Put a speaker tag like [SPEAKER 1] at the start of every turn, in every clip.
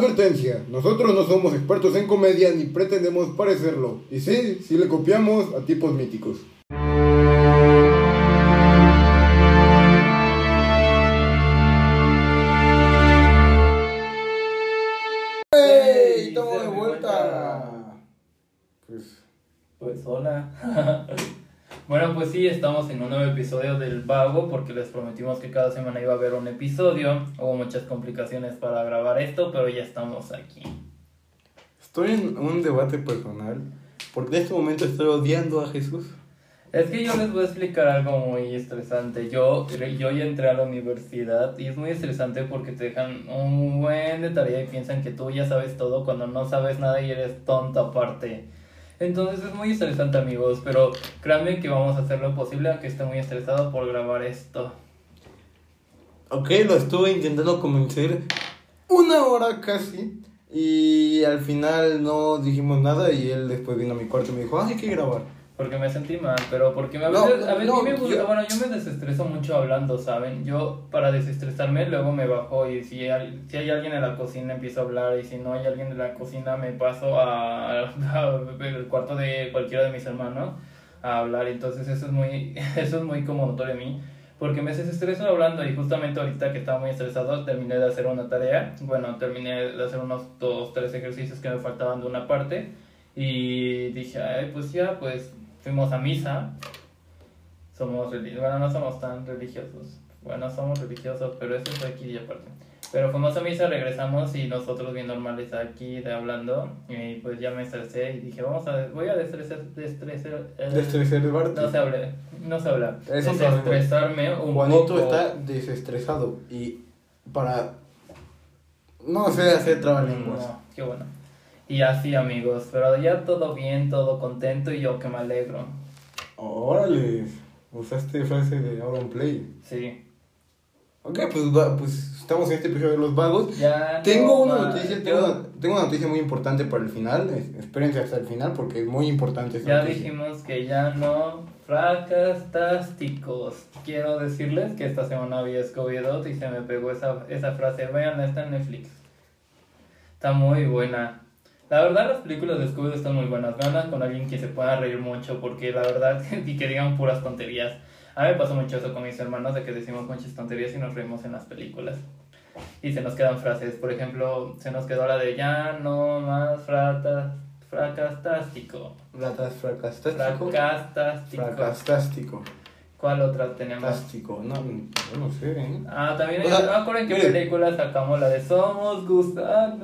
[SPEAKER 1] Advertencia, nosotros no somos expertos en comedia ni pretendemos parecerlo. Y sí, sí le copiamos a tipos míticos.
[SPEAKER 2] ¡Ey!
[SPEAKER 3] ¡Ey!
[SPEAKER 2] Estamos de
[SPEAKER 3] de
[SPEAKER 2] vuelta.
[SPEAKER 3] vuelta.
[SPEAKER 1] Pues,
[SPEAKER 3] Pues hola. bueno, pues sí, estamos en un nuevo episodio del Vago porque les prometimos que cada semana iba a haber un episodio. Hubo muchas complicaciones para grabar esto, pero ya estamos aquí.
[SPEAKER 1] estoy en un debate personal porque en este momento estoy odiando a Jesús.
[SPEAKER 3] Es que yo les voy a explicar algo muy estresante. Yo, yo ya entré a la universidad y es muy estresante porque te dejan un buen de tarea y piensan que tú ya sabes todo cuando no sabes nada y eres tonta aparte. Entonces es muy estresante amigos, pero créanme que vamos a hacer lo posible aunque esté muy estresado por grabar esto.
[SPEAKER 1] Ok, lo estuve intentando convencer una hora casi y al final no dijimos nada y él después vino a mi cuarto y me dijo, ah, hay que grabar.
[SPEAKER 3] Porque me sentí mal, pero porque me, a
[SPEAKER 1] No,
[SPEAKER 3] veces, a veces
[SPEAKER 1] no,
[SPEAKER 3] me gusta-
[SPEAKER 1] yo-
[SPEAKER 3] bueno, yo me desestreso mucho hablando, ¿saben? Yo para desestresarme luego me bajo y si hay, si hay alguien en la cocina empiezo a hablar y si no hay alguien en la cocina me paso a, al cuarto de cualquiera de mis hermanos a hablar, entonces eso es muy eso es muy como notorio de mí. Porque me desestreso hablando y justamente ahorita que estaba muy estresado terminé de hacer una tarea, bueno, terminé de hacer unos dos, tres ejercicios que me faltaban de una parte y dije, "Ay, pues ya, pues fuimos a misa. Somos reli- bueno, no somos tan religiosos. Bueno, somos religiosos, pero eso fue aquí y aparte. Pero fuimos a misa, regresamos y nosotros bien normales aquí de hablando. Y pues ya me estresé y dije, vamos a, voy a destresar, destresar, eh,
[SPEAKER 1] este Desestresarte.
[SPEAKER 3] no se habla, no se habla.
[SPEAKER 1] Es un
[SPEAKER 3] Desestresarme un
[SPEAKER 1] Juanito
[SPEAKER 3] poco.
[SPEAKER 1] está desestresado y para no sé hacer trabalenguas.
[SPEAKER 3] No, qué bueno. Y así amigos, pero ya todo bien, todo contento y yo que me alegro.
[SPEAKER 1] Órale, usaste frase de Auron Play.
[SPEAKER 3] Sí.
[SPEAKER 1] Ok, pues, va- pues estamos en este episodio de los vagos.
[SPEAKER 3] Ya
[SPEAKER 1] Tengo
[SPEAKER 3] no
[SPEAKER 1] una
[SPEAKER 3] más.
[SPEAKER 1] noticia, tengo,
[SPEAKER 3] Yo-
[SPEAKER 1] una, tengo una noticia muy importante para el final. Es- Espérense hasta el final porque es muy importante esta
[SPEAKER 3] Ya
[SPEAKER 1] noticia.
[SPEAKER 3] dijimos que ya no fracastásticos. Quiero decirles que esta semana vi Scooby-Doo y se me pegó esa, esa frase. Vean, está en Netflix. Está muy buena. La verdad, las películas de Scooby-Doo están muy buenas. Veanlas con alguien que se pueda reír mucho porque la verdad, y que digan puras tonterías. A mí me pasa mucho eso con mis hermanos de que decimos muchas tonterías y nos reímos en las películas. Y se nos quedan frases. Por ejemplo, se nos quedó la de ya no más frata, fracastástico.
[SPEAKER 1] Ratas fracastástico.
[SPEAKER 3] Fracastástico.
[SPEAKER 1] Fracastástico.
[SPEAKER 3] ¿Cuál otra tenemos?
[SPEAKER 1] Fantástico. No, yo no sé, ¿eh?
[SPEAKER 3] Ah, también hay-
[SPEAKER 1] O sea,
[SPEAKER 3] no me acuerdo en qué
[SPEAKER 1] miren.
[SPEAKER 3] película sacamos la de Somos gusanos.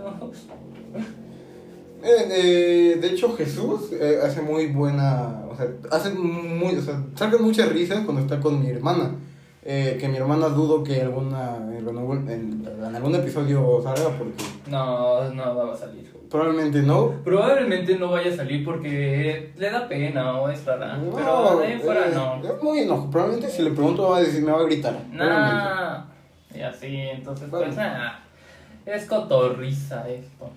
[SPEAKER 1] Miren, eh, de hecho Jesús eh, hace muy buena, o sea, hace muy, o sea, saca muchas risas cuando está con mi hermana. Eh, que mi hermana dudo que alguna, en, algún- en- en algún episodio salga porque
[SPEAKER 3] No, no va a salir.
[SPEAKER 1] probablemente no.
[SPEAKER 3] Probablemente no vaya a salir porque le da pena o es rara. pero de ahí en fuera
[SPEAKER 1] eh,
[SPEAKER 3] no.
[SPEAKER 1] Es muy enojo. Probablemente si le pregunto va a decir, me va a gritar. probablemente.
[SPEAKER 3] Nah. Y así, entonces
[SPEAKER 1] Bueno.
[SPEAKER 3] pues nah. Es cotorriza esto.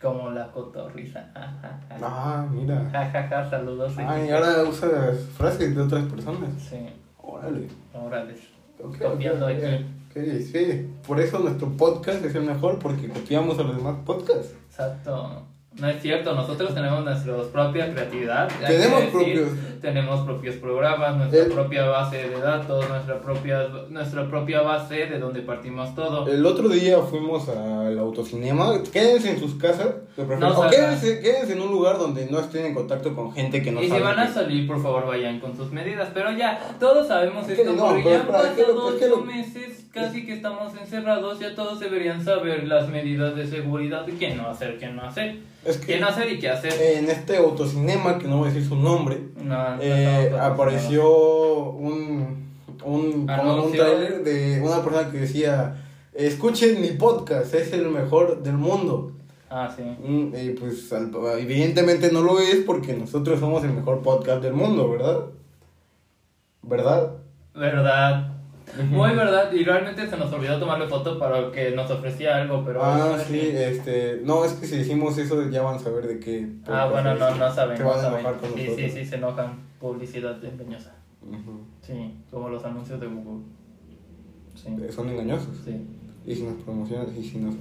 [SPEAKER 3] Como la cotorriza. Ja,
[SPEAKER 1] Ah, mira.
[SPEAKER 3] ja, ja, saludos.
[SPEAKER 1] Ah, y ahora usa frases de otras personas.
[SPEAKER 3] Sí,
[SPEAKER 1] Órale.
[SPEAKER 3] órale.
[SPEAKER 1] Ok,
[SPEAKER 3] Copiando
[SPEAKER 1] ok,
[SPEAKER 3] aquí.
[SPEAKER 1] ok, sí, por eso nuestro podcast es el mejor, porque copiamos a los demás podcasts.
[SPEAKER 3] Exacto. No es cierto, nosotros tenemos nuestra propia creatividad. hay que
[SPEAKER 1] Tenemos
[SPEAKER 3] decir,
[SPEAKER 1] propios.
[SPEAKER 3] Tenemos propios programas, nuestra
[SPEAKER 1] El-
[SPEAKER 3] propia base de datos, nuestra propia, nuestra propia base de donde partimos todo.
[SPEAKER 1] El otro día fuimos al autocinema, quédense en sus casas, de preferencia,
[SPEAKER 3] No
[SPEAKER 1] o
[SPEAKER 3] salgan.
[SPEAKER 1] quédense, quédense en un lugar donde no estén en contacto con gente que no
[SPEAKER 3] y si
[SPEAKER 1] sabe
[SPEAKER 3] van a
[SPEAKER 1] qué-
[SPEAKER 3] salir, por favor, vayan con sus medidas. Pero ya, todos sabemos
[SPEAKER 1] Es que
[SPEAKER 3] esto,
[SPEAKER 1] no,
[SPEAKER 3] porque
[SPEAKER 1] pero
[SPEAKER 3] ya han
[SPEAKER 1] espera, es que lo-
[SPEAKER 3] pasado
[SPEAKER 1] es que lo-
[SPEAKER 3] ocho meses casi que estamos encerrados. Ya todos deberían saber las medidas de seguridad y qué no hacer, qué no hacer.
[SPEAKER 1] Es que
[SPEAKER 3] Qué no hacer y qué hacer.
[SPEAKER 1] en este autocinema, que no voy a decir su nombre,
[SPEAKER 3] No, no
[SPEAKER 1] eh,
[SPEAKER 3] estamos
[SPEAKER 1] apareció un, un, como un
[SPEAKER 3] Anuncio.
[SPEAKER 1] trailer de una persona que decía, escuchen mi podcast, es el mejor del mundo.
[SPEAKER 3] Ah, sí.
[SPEAKER 1] Mm, Y pues al- evidentemente no lo es porque nosotros somos el mejor podcast del mundo, ¿verdad? ¿Verdad?
[SPEAKER 3] Verdad. Muy verdad. Y realmente se nos olvidó tomarle foto para que nos ofrecía algo, pero.
[SPEAKER 1] ah, sí, este... No, es que si decimos eso ya van a saber de qué...
[SPEAKER 3] Ah,
[SPEAKER 1] podcast
[SPEAKER 3] bueno,
[SPEAKER 1] es.
[SPEAKER 3] no, no saben.
[SPEAKER 1] Se
[SPEAKER 3] no
[SPEAKER 1] van a
[SPEAKER 3] saben.
[SPEAKER 1] enojar con
[SPEAKER 3] sí,
[SPEAKER 1] nosotros.
[SPEAKER 3] sí, sí, se enojan. Publicidad engañosa.
[SPEAKER 1] Ujú.
[SPEAKER 3] Sí, como los anuncios de Google. Sí.
[SPEAKER 1] Eh, Son engañosos.
[SPEAKER 3] Sí.
[SPEAKER 1] Y si nos promocionan, y si nos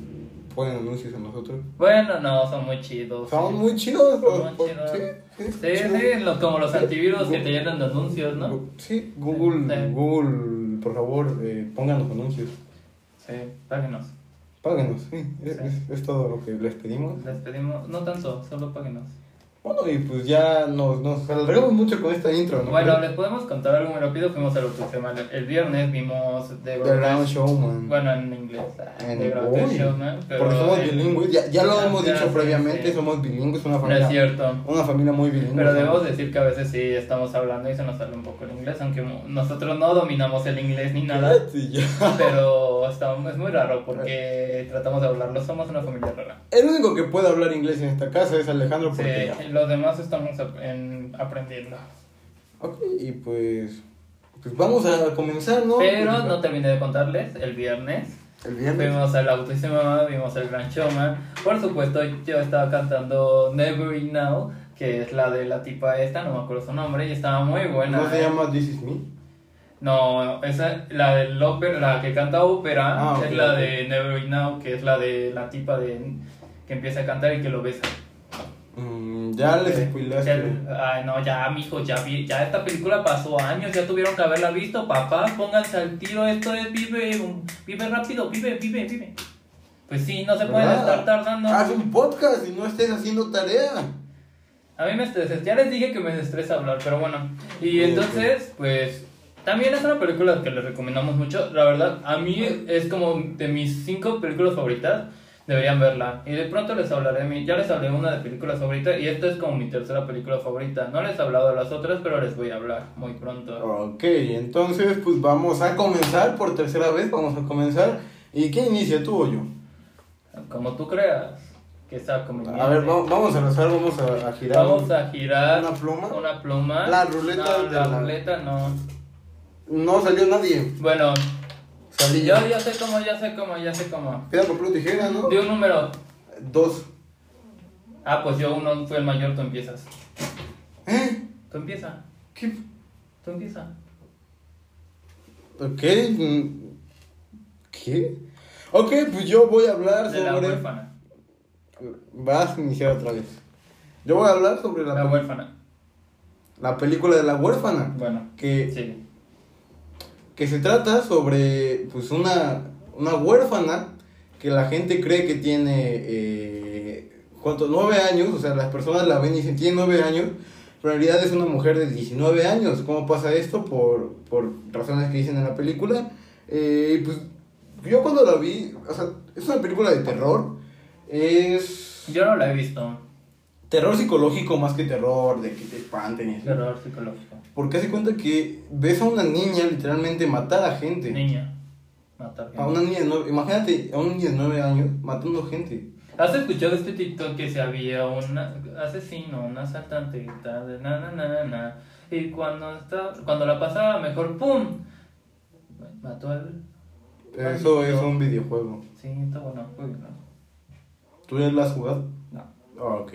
[SPEAKER 1] ponen anuncios a nosotros.
[SPEAKER 3] Bueno, no, son muy chidos.
[SPEAKER 1] Son
[SPEAKER 3] sí.
[SPEAKER 1] muy chidos.
[SPEAKER 3] Son
[SPEAKER 1] por-
[SPEAKER 3] muy
[SPEAKER 1] por-
[SPEAKER 3] chidos.
[SPEAKER 1] sí,
[SPEAKER 3] Sí,
[SPEAKER 1] chido.
[SPEAKER 3] sí, lo- como los
[SPEAKER 1] Sí.
[SPEAKER 3] antivirus que
[SPEAKER 1] Gu-
[SPEAKER 3] te llenan de anuncios, ¿no?
[SPEAKER 1] Gu- Sí, Google,
[SPEAKER 3] Sí.
[SPEAKER 1] Google, por favor, eh, pónganos anuncios.
[SPEAKER 3] Sí, páguenos.
[SPEAKER 1] Páganos, sí, es,
[SPEAKER 3] Sí.
[SPEAKER 1] es- es todo lo que les pedimos.
[SPEAKER 3] Les pedimos, no tanto, solo páguenos.
[SPEAKER 1] Bueno, y pues ya nos, nos alargamos mucho con esta intro, ¿no?
[SPEAKER 3] Bueno, les podemos contar algo muy rápido. Fuimos al otro semana. El viernes vimos The
[SPEAKER 1] The Round
[SPEAKER 3] Brothers.
[SPEAKER 1] Showman.
[SPEAKER 3] Bueno, en inglés. ah,
[SPEAKER 1] En-
[SPEAKER 3] The
[SPEAKER 1] uy,
[SPEAKER 3] Brothers Showman. pero
[SPEAKER 1] Porque somos
[SPEAKER 3] en-
[SPEAKER 1] bilingües, ya, ya lo
[SPEAKER 3] Ah,
[SPEAKER 1] hemos
[SPEAKER 3] ya,
[SPEAKER 1] dicho
[SPEAKER 3] sí,
[SPEAKER 1] previamente,
[SPEAKER 3] sí.
[SPEAKER 1] somos bilingües, una
[SPEAKER 3] No es
[SPEAKER 1] familia,
[SPEAKER 3] cierto.
[SPEAKER 1] una familia muy bilingüe.
[SPEAKER 3] Pero
[SPEAKER 1] ¿no?
[SPEAKER 3] debo decir que a veces sí estamos hablando y se nos sale un poco el inglés, aunque mo- nosotros no dominamos el inglés ni nada,
[SPEAKER 1] Sí, ya.
[SPEAKER 3] pero está- es muy raro porque tratamos de hablarlo, somos una familia rara.
[SPEAKER 1] El único que puede hablar inglés en esta casa es Alejandro
[SPEAKER 3] Sí,
[SPEAKER 1] porque ya-
[SPEAKER 3] los demás estamos ap- en- aprendiendo.
[SPEAKER 1] Ok, y pues, pues vamos a comenzar, ¿no?
[SPEAKER 3] Pero
[SPEAKER 1] Porque-
[SPEAKER 3] no terminé de contarles, el viernes
[SPEAKER 1] El viernes.
[SPEAKER 3] Vimos al Autísima, vimos el Gran Showman. Por supuesto, yo estaba cantando Never In Now, que es la de la tipa esta, no me acuerdo su nombre, y estaba muy buena.
[SPEAKER 1] ¿No se
[SPEAKER 3] eh.
[SPEAKER 1] llama This Is Me?
[SPEAKER 3] No, esa, la del ópera, la que canta ópera,
[SPEAKER 1] Ah, ok,
[SPEAKER 3] es la
[SPEAKER 1] ok.
[SPEAKER 3] de Never In Now, que es la de la tipa de que empieza a cantar y que lo besa.
[SPEAKER 1] Mm, ya les
[SPEAKER 3] Eh,
[SPEAKER 1] spoileaste.
[SPEAKER 3] el- Ay, no, ya, mijo, ya, vi- ya esta película pasó años, ya tuvieron que haberla visto, papá, pónganse al tiro, esto es vive, un- vive rápido, vive, vive, vive. Pues sí, no se pueden
[SPEAKER 1] ¿Verdad? Ah,
[SPEAKER 3] estar tardando.
[SPEAKER 1] Haz un podcast y no estés haciendo tarea.
[SPEAKER 3] A mí me estresa, ya les dije que me estresa hablar, pero bueno. Y
[SPEAKER 1] Ok,
[SPEAKER 3] entonces, pues, también es una película que les recomendamos mucho. La verdad, a mí es como de mis cinco películas favoritas. Deberían verla. Y de pronto les hablaré de mí. Ya les hablé una de películas favoritas y esta es como mi tercera película favorita. No les he hablado de las otras, pero les voy a hablar muy pronto.
[SPEAKER 1] Ok, entonces pues vamos a comenzar por tercera vez, vamos a comenzar. ¿Y quién inicia, tú o yo?
[SPEAKER 3] Como tú creas que está conveniente.
[SPEAKER 1] A ver, va- vamos a lanzar, vamos a, a girar.
[SPEAKER 3] eh. Vamos a girar
[SPEAKER 1] ¿Una pluma?
[SPEAKER 3] Una pluma.
[SPEAKER 1] La ruleta
[SPEAKER 3] No,
[SPEAKER 1] de
[SPEAKER 3] la
[SPEAKER 1] la-
[SPEAKER 3] ruleta no.
[SPEAKER 1] No salió nadie.
[SPEAKER 3] Bueno,
[SPEAKER 1] Salí
[SPEAKER 3] Yo
[SPEAKER 1] yo.
[SPEAKER 3] ya sé cómo, ya sé cómo, ya sé cómo.
[SPEAKER 1] Queda papel o tijera, ¿no?
[SPEAKER 3] De un número.
[SPEAKER 1] Dos.
[SPEAKER 3] Ah, pues yo uno fue el mayor, tú empiezas.
[SPEAKER 1] ¿Eh?
[SPEAKER 3] Tú empieza,
[SPEAKER 1] ¿Qué?
[SPEAKER 3] tú empieza.
[SPEAKER 1] Ok. mm, ¿Qué? Ok, pues yo voy a hablar
[SPEAKER 3] De la
[SPEAKER 1] sobre...
[SPEAKER 3] huérfana.
[SPEAKER 1] Vas a iniciar otra vez. Yo voy a hablar sobre la,
[SPEAKER 3] La huérfana.
[SPEAKER 1] la película de la huérfana.
[SPEAKER 3] Bueno,
[SPEAKER 1] Que
[SPEAKER 3] sí.
[SPEAKER 1] que se trata sobre pues una, una huérfana que la gente cree que tiene eh, ¿cuánto? nueve años, o sea las personas la ven y dicen tiene nueve años, pero en realidad es una mujer de 19 años. ¿Cómo pasa esto? Por, por razones que dicen en la película. Eh, y, pues yo cuando la vi, o sea, es una película de terror. Es
[SPEAKER 3] Yo no la he visto.
[SPEAKER 1] terror psicológico más que terror, de que te espanten y así.
[SPEAKER 3] Terror psicológico.
[SPEAKER 1] Porque hace cuenta que ves a una niña literalmente matar a gente.
[SPEAKER 3] Niña. Matar
[SPEAKER 1] A
[SPEAKER 3] gente.
[SPEAKER 1] una niña de nueve, imagínate a un niño de nueve años matando gente.
[SPEAKER 3] ¿Has escuchado este TikTok que se había un asesino, un asaltante, tal, de na, na, na, na, y cuando, está, cuando la pasaba mejor, ¡pum! Mató al... Ay,
[SPEAKER 1] Eso
[SPEAKER 3] no.
[SPEAKER 1] es un videojuego.
[SPEAKER 3] Sí, está bueno, muy bien, ¿no?
[SPEAKER 1] ¿Tú ya lo has jugado?
[SPEAKER 3] No.
[SPEAKER 1] Ah, ok.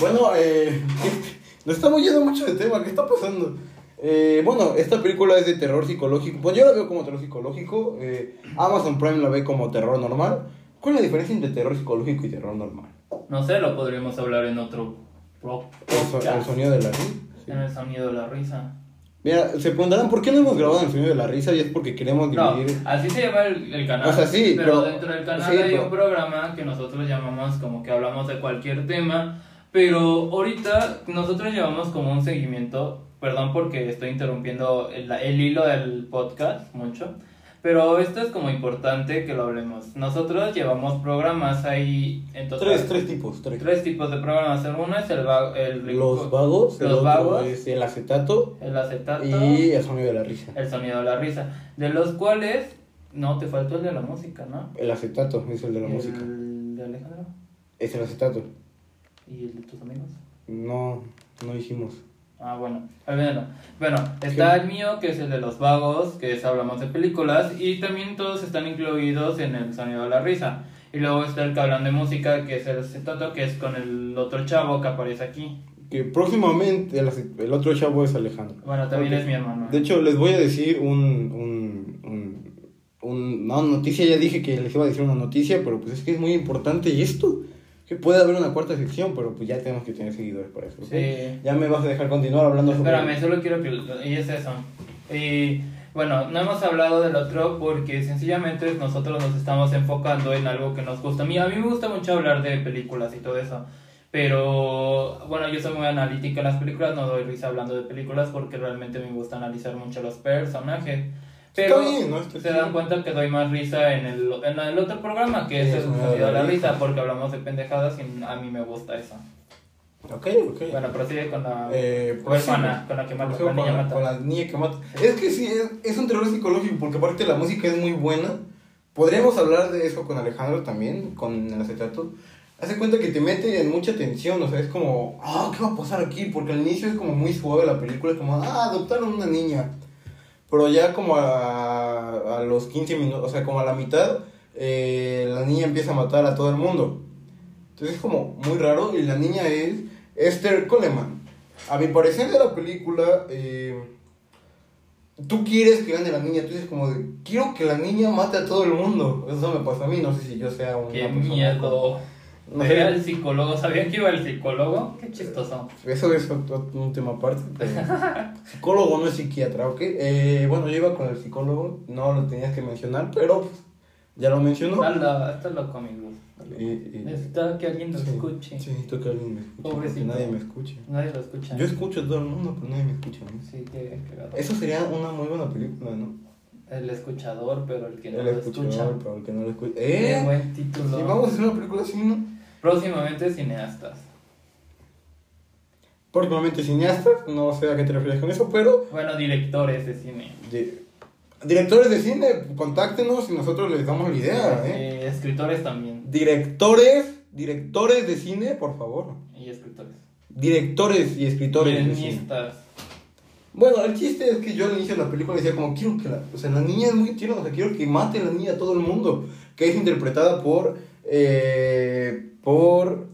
[SPEAKER 1] Bueno, eh, nos estamos yendo mucho de tema, ¿qué está pasando? Eh, bueno, esta película es de terror psicológico. Bueno, yo la veo como terror psicológico. eh, Amazon Prime la ve como terror normal. ¿Cuál es la diferencia entre terror psicológico y terror normal?
[SPEAKER 3] No sé, lo podríamos hablar en otro pro-
[SPEAKER 1] El, so- el
[SPEAKER 3] podcast.
[SPEAKER 1] sonido de la risa.
[SPEAKER 3] En el sonido de la risa.
[SPEAKER 1] Mira, se preguntarán por qué no hemos grabado el sonido de la risa y es porque queremos
[SPEAKER 3] No,
[SPEAKER 1] dividir.
[SPEAKER 3] así se llama el, el canal.
[SPEAKER 1] O sea, sí,
[SPEAKER 3] pero,
[SPEAKER 1] pero-
[SPEAKER 3] dentro del canal
[SPEAKER 1] sí,
[SPEAKER 3] hay
[SPEAKER 1] pero-
[SPEAKER 3] un programa que nosotros llamamos como que hablamos de cualquier tema. Pero ahorita nosotros llevamos como un seguimiento. Perdón porque estoy interrumpiendo el, el hilo del podcast mucho. Pero esto es como importante que lo hablemos. Nosotros llevamos programas ahí en total.
[SPEAKER 1] Tres, tres tipos, tres.
[SPEAKER 3] tres tipos de programas. El Uno es el, va- el
[SPEAKER 1] Los vagos, el
[SPEAKER 3] Los
[SPEAKER 1] otro
[SPEAKER 3] vagos.
[SPEAKER 1] es el acetato
[SPEAKER 3] el acetato.
[SPEAKER 1] y el sonido de la risa.
[SPEAKER 3] El sonido de la risa. De los cuales, no, te faltó el de la música, ¿no?
[SPEAKER 1] El acetato es el de la
[SPEAKER 3] el
[SPEAKER 1] música.
[SPEAKER 3] de Alejandro
[SPEAKER 1] Es el acetato.
[SPEAKER 3] y el de tus amigos.
[SPEAKER 1] No, no dijimos.
[SPEAKER 3] Ah, bueno, olvídalo. Bueno, está el mío, que es el de los vagos, que es hablamos de películas, y también todos están incluidos en el sonido de la risa. Y luego está el que hablan de música, que es el acetato, que es con el otro chavo que aparece aquí.
[SPEAKER 1] Que próximamente el, ace- el otro chavo es Alejandro.
[SPEAKER 3] Bueno, también
[SPEAKER 1] Ok.
[SPEAKER 3] es mi hermano.
[SPEAKER 1] De hecho, les voy a decir un, un, un, un un- no, noticia, ya dije que les iba a decir una noticia, pero pues es que es muy importante esto. Que puede haber una cuarta sección, pero pues ya tenemos que tener seguidores para eso. ¿ok?
[SPEAKER 3] Sí.
[SPEAKER 1] Ya me vas a dejar continuar hablando sobre...
[SPEAKER 3] Espérame, solo quiero que... Y es eso. Y bueno, no hemos hablado del otro porque sencillamente nosotros nos estamos enfocando en algo que nos gusta. A mí, a mí me gusta mucho hablar de películas y todo eso. Pero bueno, yo soy muy analítica en las películas, no doy risa hablando de películas porque realmente me gusta analizar mucho los personajes. Pero
[SPEAKER 1] Está bien, ¿no? Está
[SPEAKER 3] se
[SPEAKER 1] bien.
[SPEAKER 3] dan cuenta que doy más risa en el, en el otro programa que
[SPEAKER 1] Sí,
[SPEAKER 3] es
[SPEAKER 1] es
[SPEAKER 3] el
[SPEAKER 1] una
[SPEAKER 3] sentido de la
[SPEAKER 1] risa.
[SPEAKER 3] risa porque hablamos de pendejadas y a mí me gusta eso.
[SPEAKER 1] Ok, ok.
[SPEAKER 3] Bueno, pues prosigue con la
[SPEAKER 1] Eh,
[SPEAKER 3] con la
[SPEAKER 1] prosigue.
[SPEAKER 3] hermana, con la que mata,
[SPEAKER 1] Por
[SPEAKER 3] la
[SPEAKER 1] ejemplo,
[SPEAKER 3] niña
[SPEAKER 1] con,
[SPEAKER 3] mata.
[SPEAKER 1] con la niña que mata. Es que sí, es, es un terror psicológico, porque aparte la música es muy buena. Podríamos hablar de eso con Alejandro también, con el acetato. Hace cuenta que te mete en mucha tensión, o sea, es como, ah, ¿qué va a pasar aquí? Porque al inicio es como muy suave la película, es como, ah, adoptaron una niña. Pero ya como a, a los 15 minutos, o sea, como a la mitad, eh, la niña empieza a matar a todo el mundo. Entonces es como muy raro y la niña es Esther Coleman. A mi parecer de la película, eh, tú quieres que gane la niña, tú dices como de, quiero que la niña mate a todo el mundo. Eso me pasó a mí, no sé si yo sea una
[SPEAKER 3] Qué
[SPEAKER 1] persona con-
[SPEAKER 3] miedo.
[SPEAKER 1] No
[SPEAKER 3] Era
[SPEAKER 1] sé,
[SPEAKER 3] el psicólogo, ¿sabían que iba el psicólogo? Qué chistoso.
[SPEAKER 1] eso es otro- un tema aparte. pero- psicólogo no es psiquiatra, ¿ok? Eh, bueno, yo iba con el psicólogo, no lo tenías que mencionar, pero pues, ya lo mencionó.
[SPEAKER 3] Hazlo, hazlo conmigo.
[SPEAKER 1] Y- y-
[SPEAKER 3] Necesito que alguien lo
[SPEAKER 1] sí,
[SPEAKER 3] escuche.
[SPEAKER 1] Sí, necesito que alguien me escuche. porque
[SPEAKER 3] Pobrecito.
[SPEAKER 1] Nadie me escuche.
[SPEAKER 3] Nadie lo escucha.
[SPEAKER 1] Yo escucho a todo el mundo, pero nadie me escucha a mí.
[SPEAKER 3] Sí, qué cagado.
[SPEAKER 1] Eso sería una muy buena película, ¿no?
[SPEAKER 3] El escuchador, pero el que no
[SPEAKER 1] el
[SPEAKER 3] lo escucha.
[SPEAKER 1] escuchador, pero el que no lo escucha.
[SPEAKER 3] Qué
[SPEAKER 1] ¡Eh!
[SPEAKER 3] buen
[SPEAKER 1] Si
[SPEAKER 3] título.
[SPEAKER 1] vamos a hacer una película así, ¿no?
[SPEAKER 3] Próximamente cineastas.
[SPEAKER 1] Próximamente cineastas, no sé a qué te refieres con eso, pero
[SPEAKER 3] Bueno, directores de cine.
[SPEAKER 1] di- directores de cine, contáctenos y nosotros les damos la idea, ¿eh?
[SPEAKER 3] Eh, escritores también.
[SPEAKER 1] Directores, directores de cine, por favor.
[SPEAKER 3] Y escritores.
[SPEAKER 1] Directores y escritores de cine.
[SPEAKER 3] Guionistas.
[SPEAKER 1] Bueno, el chiste es que yo al inicio de la película decía como quiero que la, o sea, la niña es muy tierna, o sea, quiero que mate a la niña a todo el mundo, que es interpretada por eh, por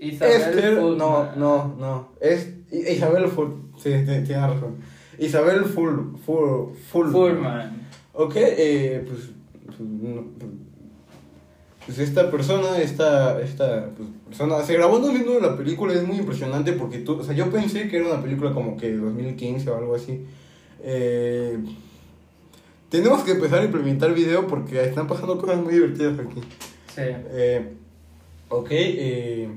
[SPEAKER 3] Isabel
[SPEAKER 1] Esther, no,
[SPEAKER 3] Fullman.
[SPEAKER 1] no, no, es I- Isabel Full, sí, t- tiene razón. Isabel Full, Full, Full.
[SPEAKER 3] Fullman.
[SPEAKER 1] Ok, eh, pues, pues, no, pues, pues, esta persona, esta, esta pues, persona, se grabó en 2009 la película, es muy impresionante porque tú, o sea, yo pensé que era una película como que 2015 o algo así. Eh, tenemos que empezar a implementar video porque están pasando cosas muy divertidas aquí.
[SPEAKER 3] Sí.
[SPEAKER 1] Eh, ok, eh,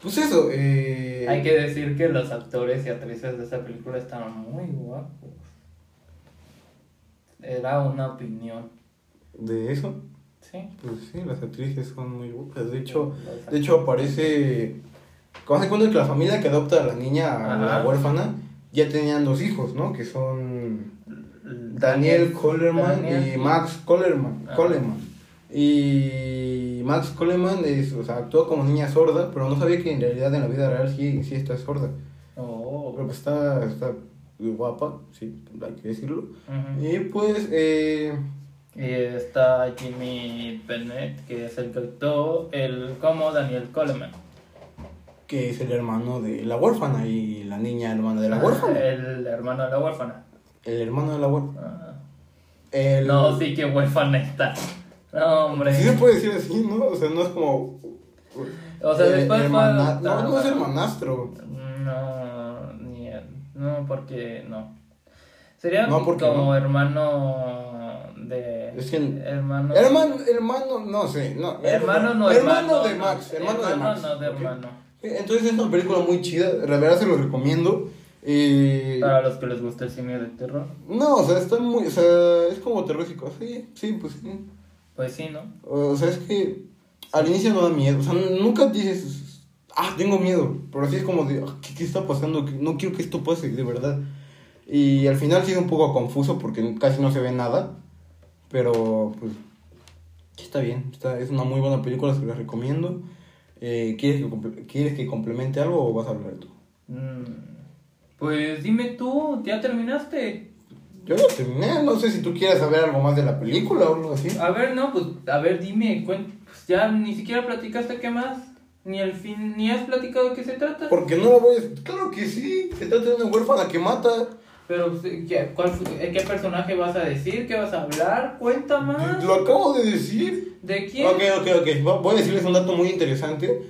[SPEAKER 1] pues eso, eh,
[SPEAKER 3] Hay que decir que los actores y actrices de esa película estaban muy guapos. Era una opinión,
[SPEAKER 1] de eso,
[SPEAKER 3] ¿sí?
[SPEAKER 1] pues sí, las actrices son muy guapas, de hecho... De hecho, aparece. Como se cuenta que la familia que adopta a la niña, a la
[SPEAKER 3] Ajá.
[SPEAKER 1] huérfana, ya tenían dos hijos, ¿no? Que son Daniel Coleman y
[SPEAKER 3] Daniel.
[SPEAKER 1] Max Coleman.
[SPEAKER 3] Ajá.
[SPEAKER 1] Coleman. Y Max Coleman es, o sea, actuó como niña sorda, pero no sabía que en realidad en la vida real sí, sí está sorda.
[SPEAKER 3] Oh.
[SPEAKER 1] Pero pues está, está guapa, sí, hay que decirlo.
[SPEAKER 3] Ujú.
[SPEAKER 1] Y pues, eh,
[SPEAKER 3] Y está Jimmy Bennett, que es el que actuó el, como Daniel Coleman.
[SPEAKER 1] que es el hermano de la huérfana y la niña hermana de la
[SPEAKER 3] Ah,
[SPEAKER 1] huérfana.
[SPEAKER 3] El hermano de la huérfana.
[SPEAKER 1] El hermano de la huérfana.
[SPEAKER 3] Ah.
[SPEAKER 1] El-
[SPEAKER 3] No, sí, que huérfana está. No, hombre.
[SPEAKER 1] Sí se puede decir así, ¿no? O sea, no es como...
[SPEAKER 3] O sea,
[SPEAKER 1] eh,
[SPEAKER 3] después fue Ah.
[SPEAKER 1] hermana-
[SPEAKER 3] adoptada.
[SPEAKER 1] No, no es hermanastro.
[SPEAKER 3] No, ni no, porque no. Sería
[SPEAKER 1] No, porque
[SPEAKER 3] como
[SPEAKER 1] no.
[SPEAKER 3] hermano de
[SPEAKER 1] Es que-
[SPEAKER 3] hermano
[SPEAKER 1] Hermano, hermano, no sé. No,
[SPEAKER 3] hermano no
[SPEAKER 1] hermano. de
[SPEAKER 3] no,
[SPEAKER 1] Max, hermano, de Max.
[SPEAKER 3] no de
[SPEAKER 1] ¿ok?
[SPEAKER 3] hermano.
[SPEAKER 1] Eh, Entonces es una película muy chida, la verdad se lo recomiendo. Eh,
[SPEAKER 3] Para los que les gusta el cine de terror,
[SPEAKER 1] no, o sea, está muy... O sea, es como terrorífico. Sí, sí, pues sí.
[SPEAKER 3] pues sí, ¿no?
[SPEAKER 1] O sea, es que al inicio no da miedo. O sea, nunca dices, ah, tengo miedo. Pero así es como de, "Ah, ¿qué, qué está pasando? No quiero que esto pase, de verdad. Y al final sí es un poco confuso porque casi no se ve nada. Pero, pues, está bien. Está, es una muy buena película, se la recomiendo. Eh, ¿quieres, que, comple- ¿Quieres que complemente algo o vas a hablar tú?
[SPEAKER 3] Mm, Pues dime tú, ¿ya terminaste?
[SPEAKER 1] Yo ya terminé, no sé si tú quieres saber algo más de la película o algo así.
[SPEAKER 3] A ver, no, pues a ver, dime, cuen- pues ya ni siquiera platicaste qué más, ni el fin, ni has platicado de qué se trata.
[SPEAKER 1] Porque no la voy a... Claro que sí, se trata de una huérfana que mata.
[SPEAKER 3] Pero, ¿qué, cuál, ¿Eh, ¿qué personaje vas a decir? ¿Qué vas a hablar? Cuenta más.
[SPEAKER 1] Lo acabo de decir.
[SPEAKER 3] ¿De quién?
[SPEAKER 1] Ok, ok, ok. Va- Voy a decirles un dato muy interesante.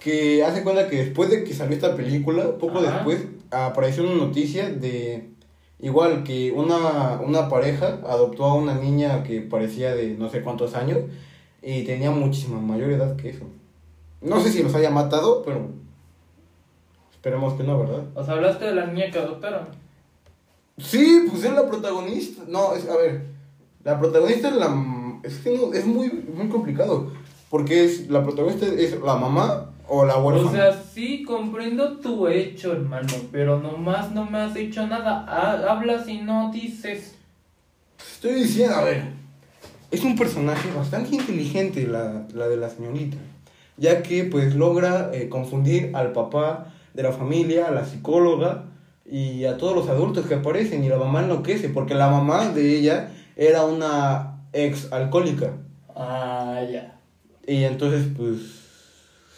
[SPEAKER 1] Que hace cuenta que después de que salió esta película, poco
[SPEAKER 3] Ajá.
[SPEAKER 1] después, apareció una noticia de. Igual que una, una pareja adoptó a una niña que parecía de no sé cuántos años y tenía muchísima mayor edad que eso. No sé si los haya matado, pero. Esperemos que no, ¿verdad?
[SPEAKER 3] O sea, hablaste de la niña que adoptaron.
[SPEAKER 1] Sí, pues es la protagonista. No, es, a ver, la protagonista es la. m- Es que no, es muy, muy complicado. Porque es, la protagonista es la mamá o la huérfana.
[SPEAKER 3] O sea, sí comprendo tu hecho, hermano, pero nomás no me has dicho nada. Ha- Hablas y no dices.
[SPEAKER 1] Estoy diciendo, a ver, es un personaje bastante inteligente la, la de la señorita. Ya que, pues, logra eh, confundir al papá de la familia, a la psicóloga y a todos los adultos que aparecen. Y la mamá enloquece, porque la mamá de ella era una ex alcohólica.
[SPEAKER 3] Ah, ya.
[SPEAKER 1] Y entonces, pues,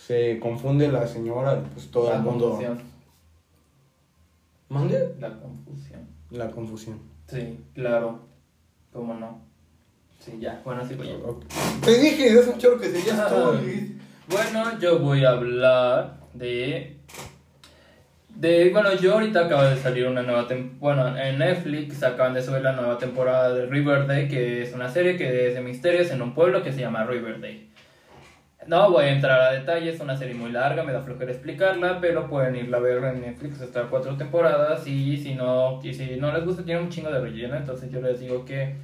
[SPEAKER 1] se confunde la señora, pues todo
[SPEAKER 3] la
[SPEAKER 1] el mundo.
[SPEAKER 3] confusión.
[SPEAKER 1] ¿Mande?
[SPEAKER 3] La confusión.
[SPEAKER 1] La confusión.
[SPEAKER 3] Sí, claro. ¿Cómo no? Sí, ya. Bueno, sí, voy.
[SPEAKER 1] Ok. Te dije, es un chorro que serías todo.
[SPEAKER 3] Bueno, yo voy a hablar de. De, bueno, yo ahorita acaba de salir una nueva temporada. Bueno, en Netflix acaban de subir la nueva temporada de Riverdale, que es una serie que es de misterios en un pueblo que se llama Riverdale. No voy a entrar a detalles, es una serie muy larga, me da flojera explicarla, pero pueden irla a ver en Netflix, está cuatro temporadas y si no, y si no les gusta tiene un chingo de relleno, entonces yo les digo que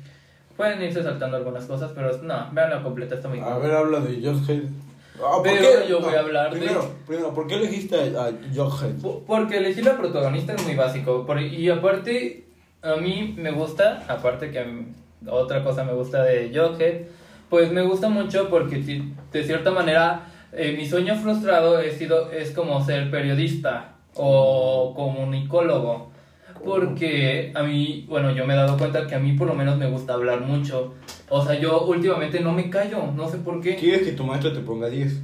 [SPEAKER 3] pueden irse saltando algunas cosas, pero no, veanla completa, está muy
[SPEAKER 1] A ver, habla de Jughead. Ah, ¿por
[SPEAKER 3] Pero
[SPEAKER 1] qué?
[SPEAKER 3] yo voy a hablar de-
[SPEAKER 1] primero, Primero, ¿por qué elegiste a, a Jughead?
[SPEAKER 3] Po- Porque elegir la protagonista es muy básico. por- y aparte, a mí me gusta, aparte que mm, otra cosa me gusta de Jughead, pues me gusta mucho porque ti- de cierta manera eh, mi sueño frustrado he sido, es como ser periodista o comunicólogo. Porque a mí, bueno, yo me he dado cuenta que a mí por lo menos me gusta hablar mucho. O sea, yo últimamente no me callo, no sé por qué.
[SPEAKER 1] ¿Quieres que tu maestro te ponga 10?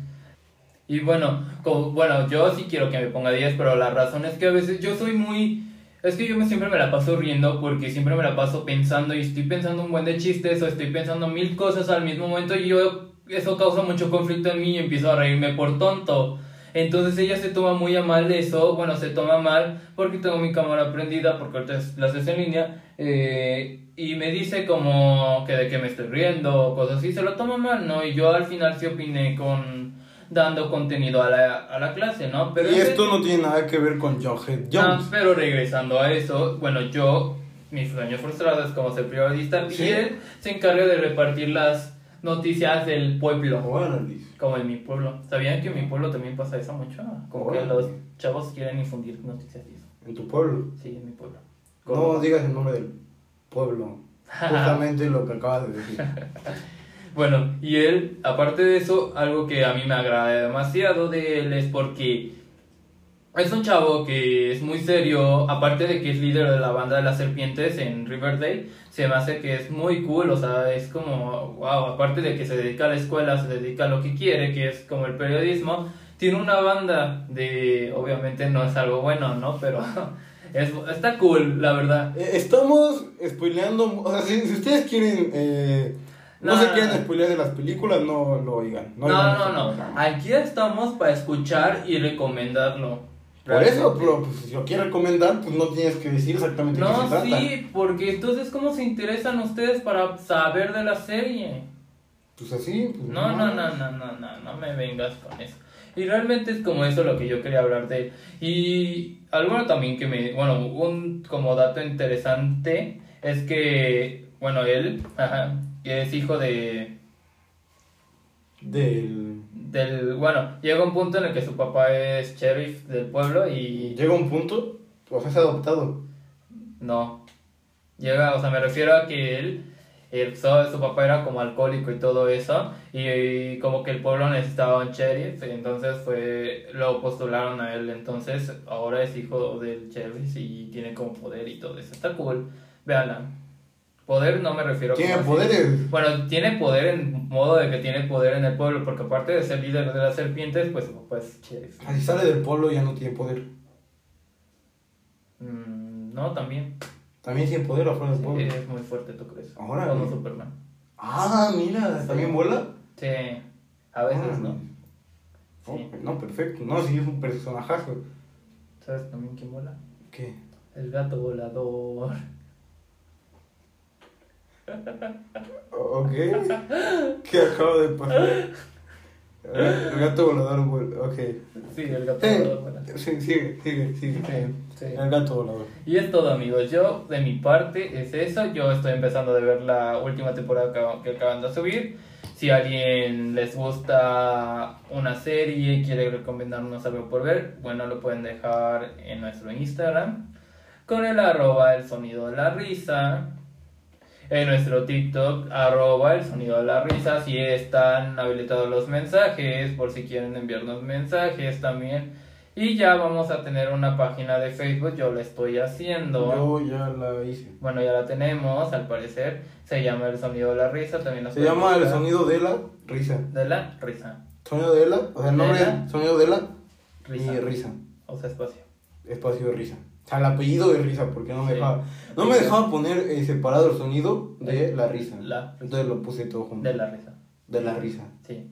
[SPEAKER 3] Y bueno, como- bueno, yo sí quiero que me ponga 10, pero la razón es que a veces yo soy muy... Es que yo me, siempre me la paso riendo porque siempre me la paso pensando y estoy pensando un buen de chistes o estoy pensando mil cosas al mismo momento y yo eso causa mucho conflicto en mí y empiezo a reírme por tonto. Entonces ella se toma muy a mal eso, bueno, se toma mal porque tengo mi cámara prendida, porque ahorita es la sesión en línea, eh, y me dice como que de que me estoy riendo o cosas así, se lo toma mal, ¿no? Y yo al final sí opiné con dando contenido a la, a la clase, ¿no?
[SPEAKER 1] y
[SPEAKER 3] ese-
[SPEAKER 1] esto no tiene nada que ver con Jughead
[SPEAKER 3] Ah,
[SPEAKER 1] Jones.
[SPEAKER 3] pero regresando a eso, bueno, yo, mi sueño frustrado es como ser periodista
[SPEAKER 1] Sí.
[SPEAKER 3] y él se encarga de repartir las noticias del pueblo,
[SPEAKER 1] Órale.
[SPEAKER 3] como en mi pueblo. ¿Sabían que en mi pueblo también pasa eso mucho? Como que
[SPEAKER 1] Órale.
[SPEAKER 3] los chavos quieren infundir noticias y eso.
[SPEAKER 1] En tu pueblo.
[SPEAKER 3] Sí, en mi pueblo.
[SPEAKER 1] No digas el nombre del pueblo. Justamente lo que acabas de decir.
[SPEAKER 3] Bueno, y él, aparte de eso, algo que a mí me agrada demasiado de él es porque es un chavo que es muy serio, aparte de que es líder de la banda de las serpientes en Riverdale, se me hace que es muy cool, o sea, es como, wow, aparte de que se dedica a la escuela, se dedica a lo que quiere, que es como el periodismo, tiene una banda de, obviamente no es algo bueno, ¿no? Pero es, está cool, la verdad.
[SPEAKER 1] Eh, Estamos spoileando, o sea, si, si ustedes quieren, eh, no,
[SPEAKER 3] No,
[SPEAKER 1] se
[SPEAKER 3] no,
[SPEAKER 1] quieren
[SPEAKER 3] no.
[SPEAKER 1] spoilear de las películas, no lo oigan.
[SPEAKER 3] No,
[SPEAKER 1] oigan
[SPEAKER 3] no,
[SPEAKER 1] este
[SPEAKER 3] no,
[SPEAKER 1] programa.
[SPEAKER 3] aquí estamos para escuchar y recomendarlo.
[SPEAKER 1] Por eso, pero pues, si lo quieres recomendar, pues no tienes que decir exactamente de qué se
[SPEAKER 3] No,
[SPEAKER 1] trata.
[SPEAKER 3] sí, porque entonces ¿cómo se interesan ustedes para saber de la serie?
[SPEAKER 1] Pues así, pues
[SPEAKER 3] No, no, no, no, no, no, no me vengas con eso. Y realmente es como eso lo que yo quería hablar de él. Y algo también que me, bueno, un como dato interesante es que, bueno, él ajá, es hijo de,
[SPEAKER 1] Del...
[SPEAKER 3] del, bueno, llega un punto en el que su papá es sheriff del pueblo y
[SPEAKER 1] Llega un punto, pues es adoptado.
[SPEAKER 3] No. Llega, o sea, me refiero a que él, él- su, su papá era como alcohólico y todo eso, y, y como que el pueblo necesitaba un sheriff, entonces fue, lo postularon a él, entonces ahora es hijo del sheriff y tiene como poder y todo eso. Está cool, véanla. Poder no me refiero
[SPEAKER 1] Tiene
[SPEAKER 3] como así.
[SPEAKER 1] poderes.
[SPEAKER 3] Bueno, tiene poder en modo de que tiene poder en el pueblo, porque aparte de ser líder de las serpientes, pues su papá es sheriff.
[SPEAKER 1] Ah, Si sale del pueblo ya no tiene poder.
[SPEAKER 3] Mm, No, también.
[SPEAKER 1] También tiene poder o fuera del pueblo.
[SPEAKER 3] Es muy fuerte, ¿tú crees?
[SPEAKER 1] Órale.
[SPEAKER 3] Como Superman.
[SPEAKER 1] Ah, mira, ¿también vuela? Ah.
[SPEAKER 3] Sí, a veces, ¿no?
[SPEAKER 1] Mm. Oh,
[SPEAKER 3] Sí.
[SPEAKER 1] No, perfecto. No, sí, es un personajazo.
[SPEAKER 3] ¿Sabes también quién vuela?
[SPEAKER 1] ¿Qué?
[SPEAKER 3] El gato volador.
[SPEAKER 1] O- Ok. ¿Qué acaba de pasar? El gato volador vuela. Ok.
[SPEAKER 3] Sí, el gato volador vuela.
[SPEAKER 1] Sí, sí, sigue, sigue, sigue.
[SPEAKER 3] Sí, sí.
[SPEAKER 1] El gato volador.
[SPEAKER 3] Y es todo amigos, yo de mi parte es eso, yo estoy empezando de ver la última temporada que acab- que acaban de subir. Si a alguien les gusta una serie, quiere recomendarnos algo por ver, bueno, lo pueden dejar en nuestro Instagram con el arroba el sonido de la risa. En nuestro TikTok, arroba el sonido de la risa, si están habilitados los mensajes, por si quieren enviarnos mensajes también. Y ya vamos a tener una página de Facebook, yo la estoy haciendo.
[SPEAKER 1] Yo ya la hice.
[SPEAKER 3] Bueno, ya la tenemos, al parecer. Se llama El Sonido de la Risa, también la
[SPEAKER 1] Se
[SPEAKER 3] pueden
[SPEAKER 1] llama el
[SPEAKER 3] buscar.
[SPEAKER 1] sonido de la risa.
[SPEAKER 3] De la risa.
[SPEAKER 1] Sonido de la, o sea, el nombre
[SPEAKER 3] Ela.
[SPEAKER 1] es sonido de la
[SPEAKER 3] Risa.
[SPEAKER 1] y risa.
[SPEAKER 3] O sea, espacio.
[SPEAKER 1] Espacio de risa. O sea, el apellido de risa, porque no me
[SPEAKER 3] Sí.
[SPEAKER 1] dejaba. No me dejaba poner eh, separado el sonido de la risa.
[SPEAKER 3] La risa.
[SPEAKER 1] Entonces lo puse todo junto.
[SPEAKER 3] De la risa.
[SPEAKER 1] De la risa.
[SPEAKER 3] Sí.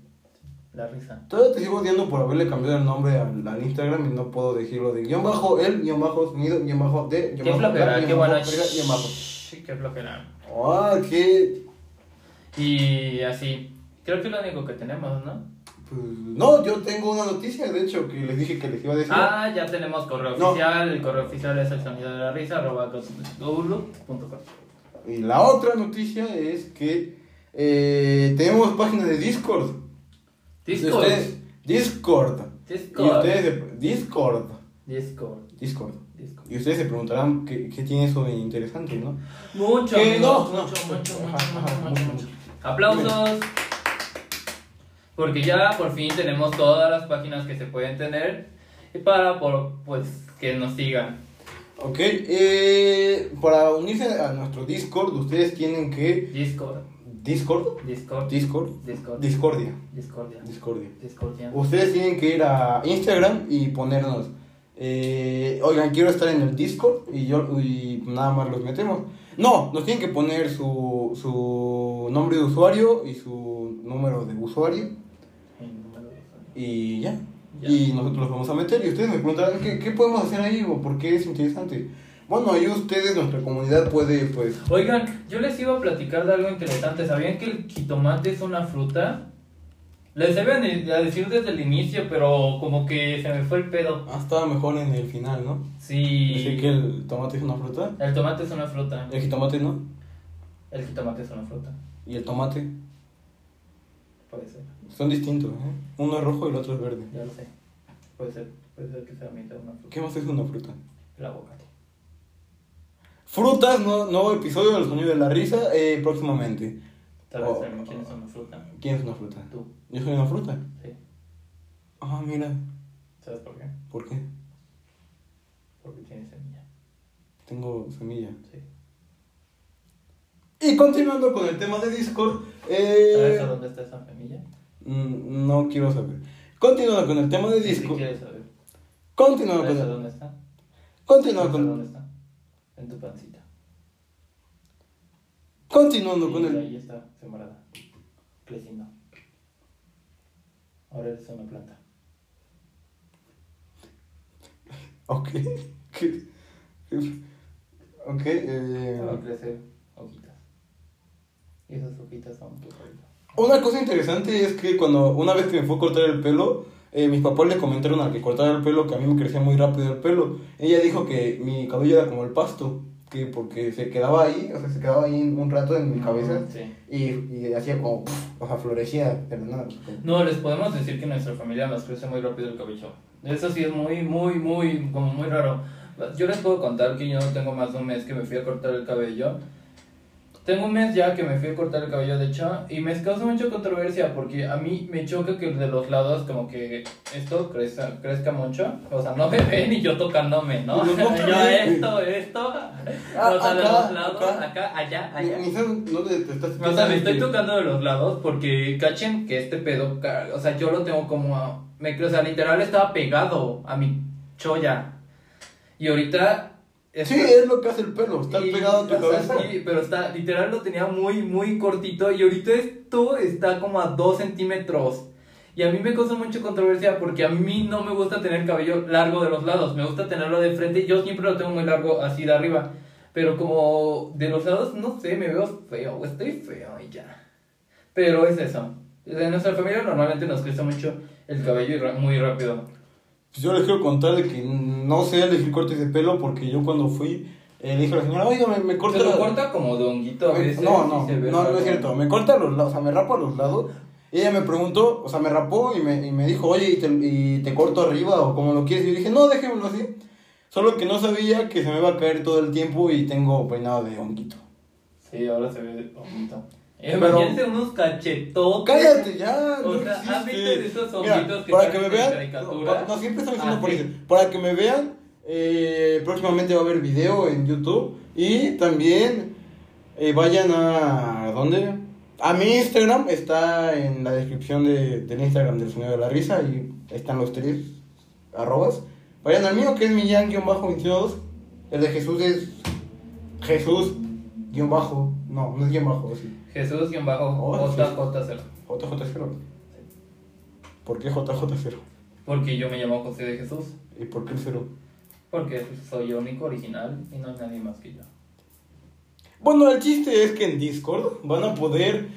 [SPEAKER 3] La risa.
[SPEAKER 1] Todavía te sigo odiando por haberle cambiado el nombre al, al Instagram y no puedo decirlo de guión bajo el, guión bajo sonido, guión bajo de,
[SPEAKER 3] Qué
[SPEAKER 1] guión bajo la,
[SPEAKER 3] flojera,
[SPEAKER 1] guión
[SPEAKER 3] qué
[SPEAKER 1] bajo
[SPEAKER 3] bueno.
[SPEAKER 1] verga, guión bajo.
[SPEAKER 3] Sí, qué flojera.
[SPEAKER 1] Ah, qué.
[SPEAKER 3] Y así. Creo que es lo único que tenemos, ¿no?
[SPEAKER 1] Pues, no, yo tengo una noticia, de hecho, que les dije que les iba a decir.
[SPEAKER 3] Ah, ya tenemos correo
[SPEAKER 1] No.
[SPEAKER 3] oficial. El correo oficial es el sonido de la risa, arroba outlook.com.
[SPEAKER 1] Y la otra noticia es que eh, tenemos página de Discord.
[SPEAKER 3] Discord.
[SPEAKER 1] Ustedes- Discord. Y
[SPEAKER 3] Discord.
[SPEAKER 1] ustedes se- Discord.
[SPEAKER 3] Discord.
[SPEAKER 1] Discord.
[SPEAKER 3] Discord.
[SPEAKER 1] Y ustedes se preguntarán qué, qué tiene eso de interesante, ¿no?
[SPEAKER 3] Mucho,
[SPEAKER 1] Que
[SPEAKER 3] amigos,
[SPEAKER 1] no,
[SPEAKER 3] mucho,
[SPEAKER 1] no.
[SPEAKER 3] mucho,
[SPEAKER 1] Ajá,
[SPEAKER 3] mucho,
[SPEAKER 1] ajá,
[SPEAKER 3] mucho,
[SPEAKER 1] mucho,
[SPEAKER 3] mucho,
[SPEAKER 1] mucho.
[SPEAKER 3] mucho. Aplausos. Porque ya por fin tenemos todas las páginas que se pueden tener y para por, pues que nos sigan.
[SPEAKER 1] Ok, eh, para unirse a nuestro Discord, ustedes tienen que.
[SPEAKER 3] Discord,
[SPEAKER 1] Discord.
[SPEAKER 3] Discord,
[SPEAKER 1] Discord.
[SPEAKER 3] Discord,
[SPEAKER 1] Discordia.
[SPEAKER 3] Discordia,
[SPEAKER 1] Discordia.
[SPEAKER 3] Discordia.
[SPEAKER 1] Ustedes tienen que ir a Instagram y ponernos. eh, Oigan, quiero estar en el Discord y yo y nada más los metemos. No, nos tienen que poner su, su nombre de usuario y su número de usuario y ya.
[SPEAKER 3] Ya.
[SPEAKER 1] Y nosotros los vamos a meter y ustedes me preguntarán ¿qué, qué podemos hacer ahí o por qué es interesante. Bueno, ahí ustedes, nuestra comunidad puede pues
[SPEAKER 3] Oigan, yo les iba a platicar de algo interesante. ¿Sabían que el jitomate es una fruta? Les deben de- a decir desde el inicio, pero como que se me fue el pedo.
[SPEAKER 1] Ah, estaba mejor en el final, ¿no?
[SPEAKER 3] Sí.
[SPEAKER 1] Así que el tomate es una fruta,
[SPEAKER 3] El tomate es una fruta.
[SPEAKER 1] el jitomate no,
[SPEAKER 3] El jitomate es una fruta,
[SPEAKER 1] y el tomate
[SPEAKER 3] puede ser.
[SPEAKER 1] son distintos, ¿eh? Uno es rojo y el otro es verde.
[SPEAKER 3] Ya lo sé. Puede ser, puede ser que sea mitad una fruta.
[SPEAKER 1] ¿Qué más es una fruta?
[SPEAKER 3] El aguacate.
[SPEAKER 1] Frutas, no, nuevo episodio del sonido de la risa eh, próximamente.
[SPEAKER 3] Tal vez
[SPEAKER 1] Oh.
[SPEAKER 3] saben quiénes son una fruta.
[SPEAKER 1] ¿Quién es una fruta?
[SPEAKER 3] Tú,
[SPEAKER 1] Yo soy una fruta.
[SPEAKER 3] sí.
[SPEAKER 1] Ah, mira,
[SPEAKER 3] ¿Sabes por qué?
[SPEAKER 1] ¿por qué?
[SPEAKER 3] Porque tiene semilla.
[SPEAKER 1] Tengo semilla.
[SPEAKER 3] Sí.
[SPEAKER 1] Y continuando con el tema de Discord, eh,
[SPEAKER 3] ¿Sabes a dónde está esa semilla?
[SPEAKER 1] mm, no quiero saber. Continuando con el tema
[SPEAKER 3] Sí,
[SPEAKER 1] de
[SPEAKER 3] Si
[SPEAKER 1] Discord,
[SPEAKER 3] quieres saber.
[SPEAKER 1] continuando
[SPEAKER 3] ¿Sabes a
[SPEAKER 1] con el,
[SPEAKER 3] dónde está?
[SPEAKER 1] continuando
[SPEAKER 3] ¿Sabes a
[SPEAKER 1] con,
[SPEAKER 3] dónde está? En tu pancita.
[SPEAKER 1] continuando con
[SPEAKER 3] Y
[SPEAKER 1] el
[SPEAKER 3] ahí está sembrada. Creciendo. Ahora eres una planta.
[SPEAKER 1] Ok. ¿Qué? Ok. eh,
[SPEAKER 3] Va a crecer hojitas. Y esas hojitas son tu cuerpo.
[SPEAKER 1] Una cosa interesante es que cuando una vez que me fue a cortar el pelo, eh, mis papás le comentaron al que cortara el pelo que a mí me crecía muy rápido el pelo. Ella dijo que mi cabello era como el pasto, que porque se quedaba ahí, o sea, se quedaba ahí un rato en mi cabeza
[SPEAKER 3] Sí.
[SPEAKER 1] y, y hacía como, pf, o sea, florecía de la nada.
[SPEAKER 3] No, les podemos decir que en nuestra familia nos crece muy rápido el cabello. Eso sí es muy, muy, muy, como muy raro. Yo les puedo contar que yo no tengo más de un mes que me fui a cortar el cabello. Tengo un mes ya que me fui a cortar el cabello, de hecho, y me causa mucha controversia porque a mí me choca que de los lados como que esto crezca, crezca mucho. O sea, no me ven y yo tocándome, ¿no?
[SPEAKER 1] No, no te
[SPEAKER 3] yo
[SPEAKER 1] ven.
[SPEAKER 3] esto, esto.
[SPEAKER 1] Ah,
[SPEAKER 3] o sea, de
[SPEAKER 1] acá,
[SPEAKER 3] los lados,
[SPEAKER 1] acá.
[SPEAKER 3] acá, allá, allá.
[SPEAKER 1] Ni- ni sabes- no te- te estás-
[SPEAKER 3] O sea, me estoy tocando de los lados porque cachen que este pedo, ca- o sea, yo lo tengo como, a- me, o sea, literal estaba pegado a mi cholla. Y ahorita está-
[SPEAKER 1] Sí, es lo que hace el pelo, está
[SPEAKER 3] y-
[SPEAKER 1] pegado a tu
[SPEAKER 3] o sea,
[SPEAKER 1] cabeza.
[SPEAKER 3] sí, pero está, literal lo tenía muy, muy cortito y ahorita esto está como a 2 centímetros. Y a mí me causa mucha controversia porque a mí no me gusta tener cabello largo de los lados, me gusta tenerlo de frente. Yo siempre lo tengo muy largo así de arriba, pero como de los lados, no sé, me veo feo, estoy feo y ya. Pero es eso. En nuestra familia normalmente nos crece mucho el cabello y ra- muy rápido.
[SPEAKER 1] Pues yo les quiero contar de que no sé elegir cortes de pelo porque yo cuando fui eh, le dije a la señora, oiga, me, me corta.
[SPEAKER 3] Se lo
[SPEAKER 1] la-
[SPEAKER 3] corta como de honguito a
[SPEAKER 1] me-
[SPEAKER 3] veces.
[SPEAKER 1] no,
[SPEAKER 3] y
[SPEAKER 1] no,
[SPEAKER 3] se ve
[SPEAKER 1] no, no
[SPEAKER 3] raro.
[SPEAKER 1] es cierto. Me corta los lados, o sea, me rapa los lados. Y ella me preguntó, o sea, me rapó y me, y me dijo, oye, ¿y te, y te corto arriba o como lo quieres? Y yo dije, no, déjemelo así. Solo que no sabía que se me iba a caer todo el tiempo y tengo peinado de honguito.
[SPEAKER 3] Sí, ahora se ve bonito. Eh,
[SPEAKER 1] Pero-
[SPEAKER 3] imagínate unos cachetotes.
[SPEAKER 1] Cállate ya.
[SPEAKER 3] O
[SPEAKER 1] no
[SPEAKER 3] sea,
[SPEAKER 1] existe.
[SPEAKER 3] ¿has visto de esos
[SPEAKER 1] Mira,
[SPEAKER 3] honguitos que
[SPEAKER 1] para que me
[SPEAKER 3] parecen
[SPEAKER 1] vean,
[SPEAKER 3] caricatura?
[SPEAKER 1] no, no, siempre estoy diciendo
[SPEAKER 3] Ah,
[SPEAKER 1] por
[SPEAKER 3] sí.
[SPEAKER 1] eso. Para que me vean, eh, próximamente va a haber video en YouTube y también eh, vayan a ¿dónde? A mi Instagram está en la descripción de, del Instagram del sonido de la risa y están los tres arrobas. Vayan al mío que es Millán-22. El de Jesús es Jesús guión bajo. No, no es guión bajo, sí.
[SPEAKER 3] Jesús guión bajo
[SPEAKER 1] Oh,
[SPEAKER 3] JJ0.
[SPEAKER 1] JJ0. ¿Por qué JJ0?
[SPEAKER 3] Porque yo me llamo José de Jesús.
[SPEAKER 1] ¿Y por qué el 0?
[SPEAKER 3] Porque soy yo único original y no hay nadie más que yo.
[SPEAKER 1] Bueno, el chiste es que en Discord van a poder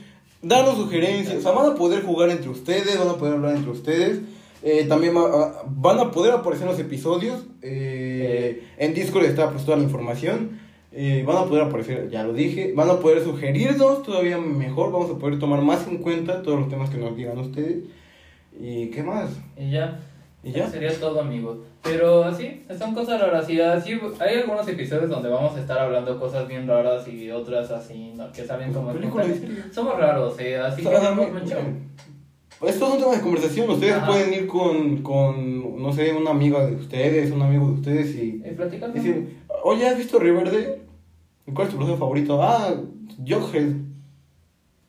[SPEAKER 1] darnos sugerencias, o sea, van a poder jugar entre ustedes, van a poder hablar entre ustedes. eh, también va- van a poder aparecer los episodios. eh, en Discord está pues, toda la información. eh, van a poder aparecer, ya lo dije. Van a poder sugerirnos todavía mejor. Vamos a poder tomar más en cuenta todos los temas que nos digan ustedes. ¿Y qué más?
[SPEAKER 3] Y ya.
[SPEAKER 1] ¿Y ya?
[SPEAKER 3] Sería todo, amigos. Pero así, son cosas raras. Y así, hay algunos episodios donde vamos a estar hablando cosas bien raras y otras así, ¿no? que salen como
[SPEAKER 1] Películas y
[SPEAKER 3] espontáneas.
[SPEAKER 1] series.
[SPEAKER 3] Somos raros, eh, así
[SPEAKER 1] Sí,
[SPEAKER 3] que
[SPEAKER 1] o sea,
[SPEAKER 3] hablamos
[SPEAKER 1] mi-
[SPEAKER 3] mucho.
[SPEAKER 1] Estos son temas de conversación. Ustedes
[SPEAKER 3] Ajá.
[SPEAKER 1] pueden ir con, con, no sé, una amiga de ustedes, un amigo de ustedes y
[SPEAKER 3] Eh, platicando.
[SPEAKER 1] decir, oye, ¿has visto Riverdale? ¿Y ¿Cuál es tu personaje favorito? Ah, Jughead.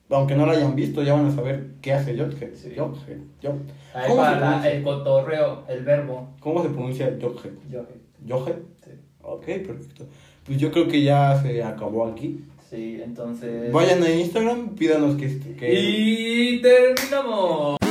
[SPEAKER 1] Aunque no lo hayan visto, ya van a saber qué hace Jughead.
[SPEAKER 3] Sí.
[SPEAKER 1] Jughead, Jug-
[SPEAKER 3] Ahí
[SPEAKER 1] ¿Cómo
[SPEAKER 3] va
[SPEAKER 1] se
[SPEAKER 3] la-
[SPEAKER 1] pronuncia?
[SPEAKER 3] el cotorreo, el verbo.
[SPEAKER 1] ¿Cómo se pronuncia Jughead?
[SPEAKER 3] Yo, eh,
[SPEAKER 1] ¿Jughead?
[SPEAKER 3] sí.
[SPEAKER 1] Ok, perfecto. Pues yo creo que ya se acabó aquí.
[SPEAKER 3] Sí, entonces.
[SPEAKER 1] Vayan a Instagram, pídanos que... que
[SPEAKER 3] Y terminamos.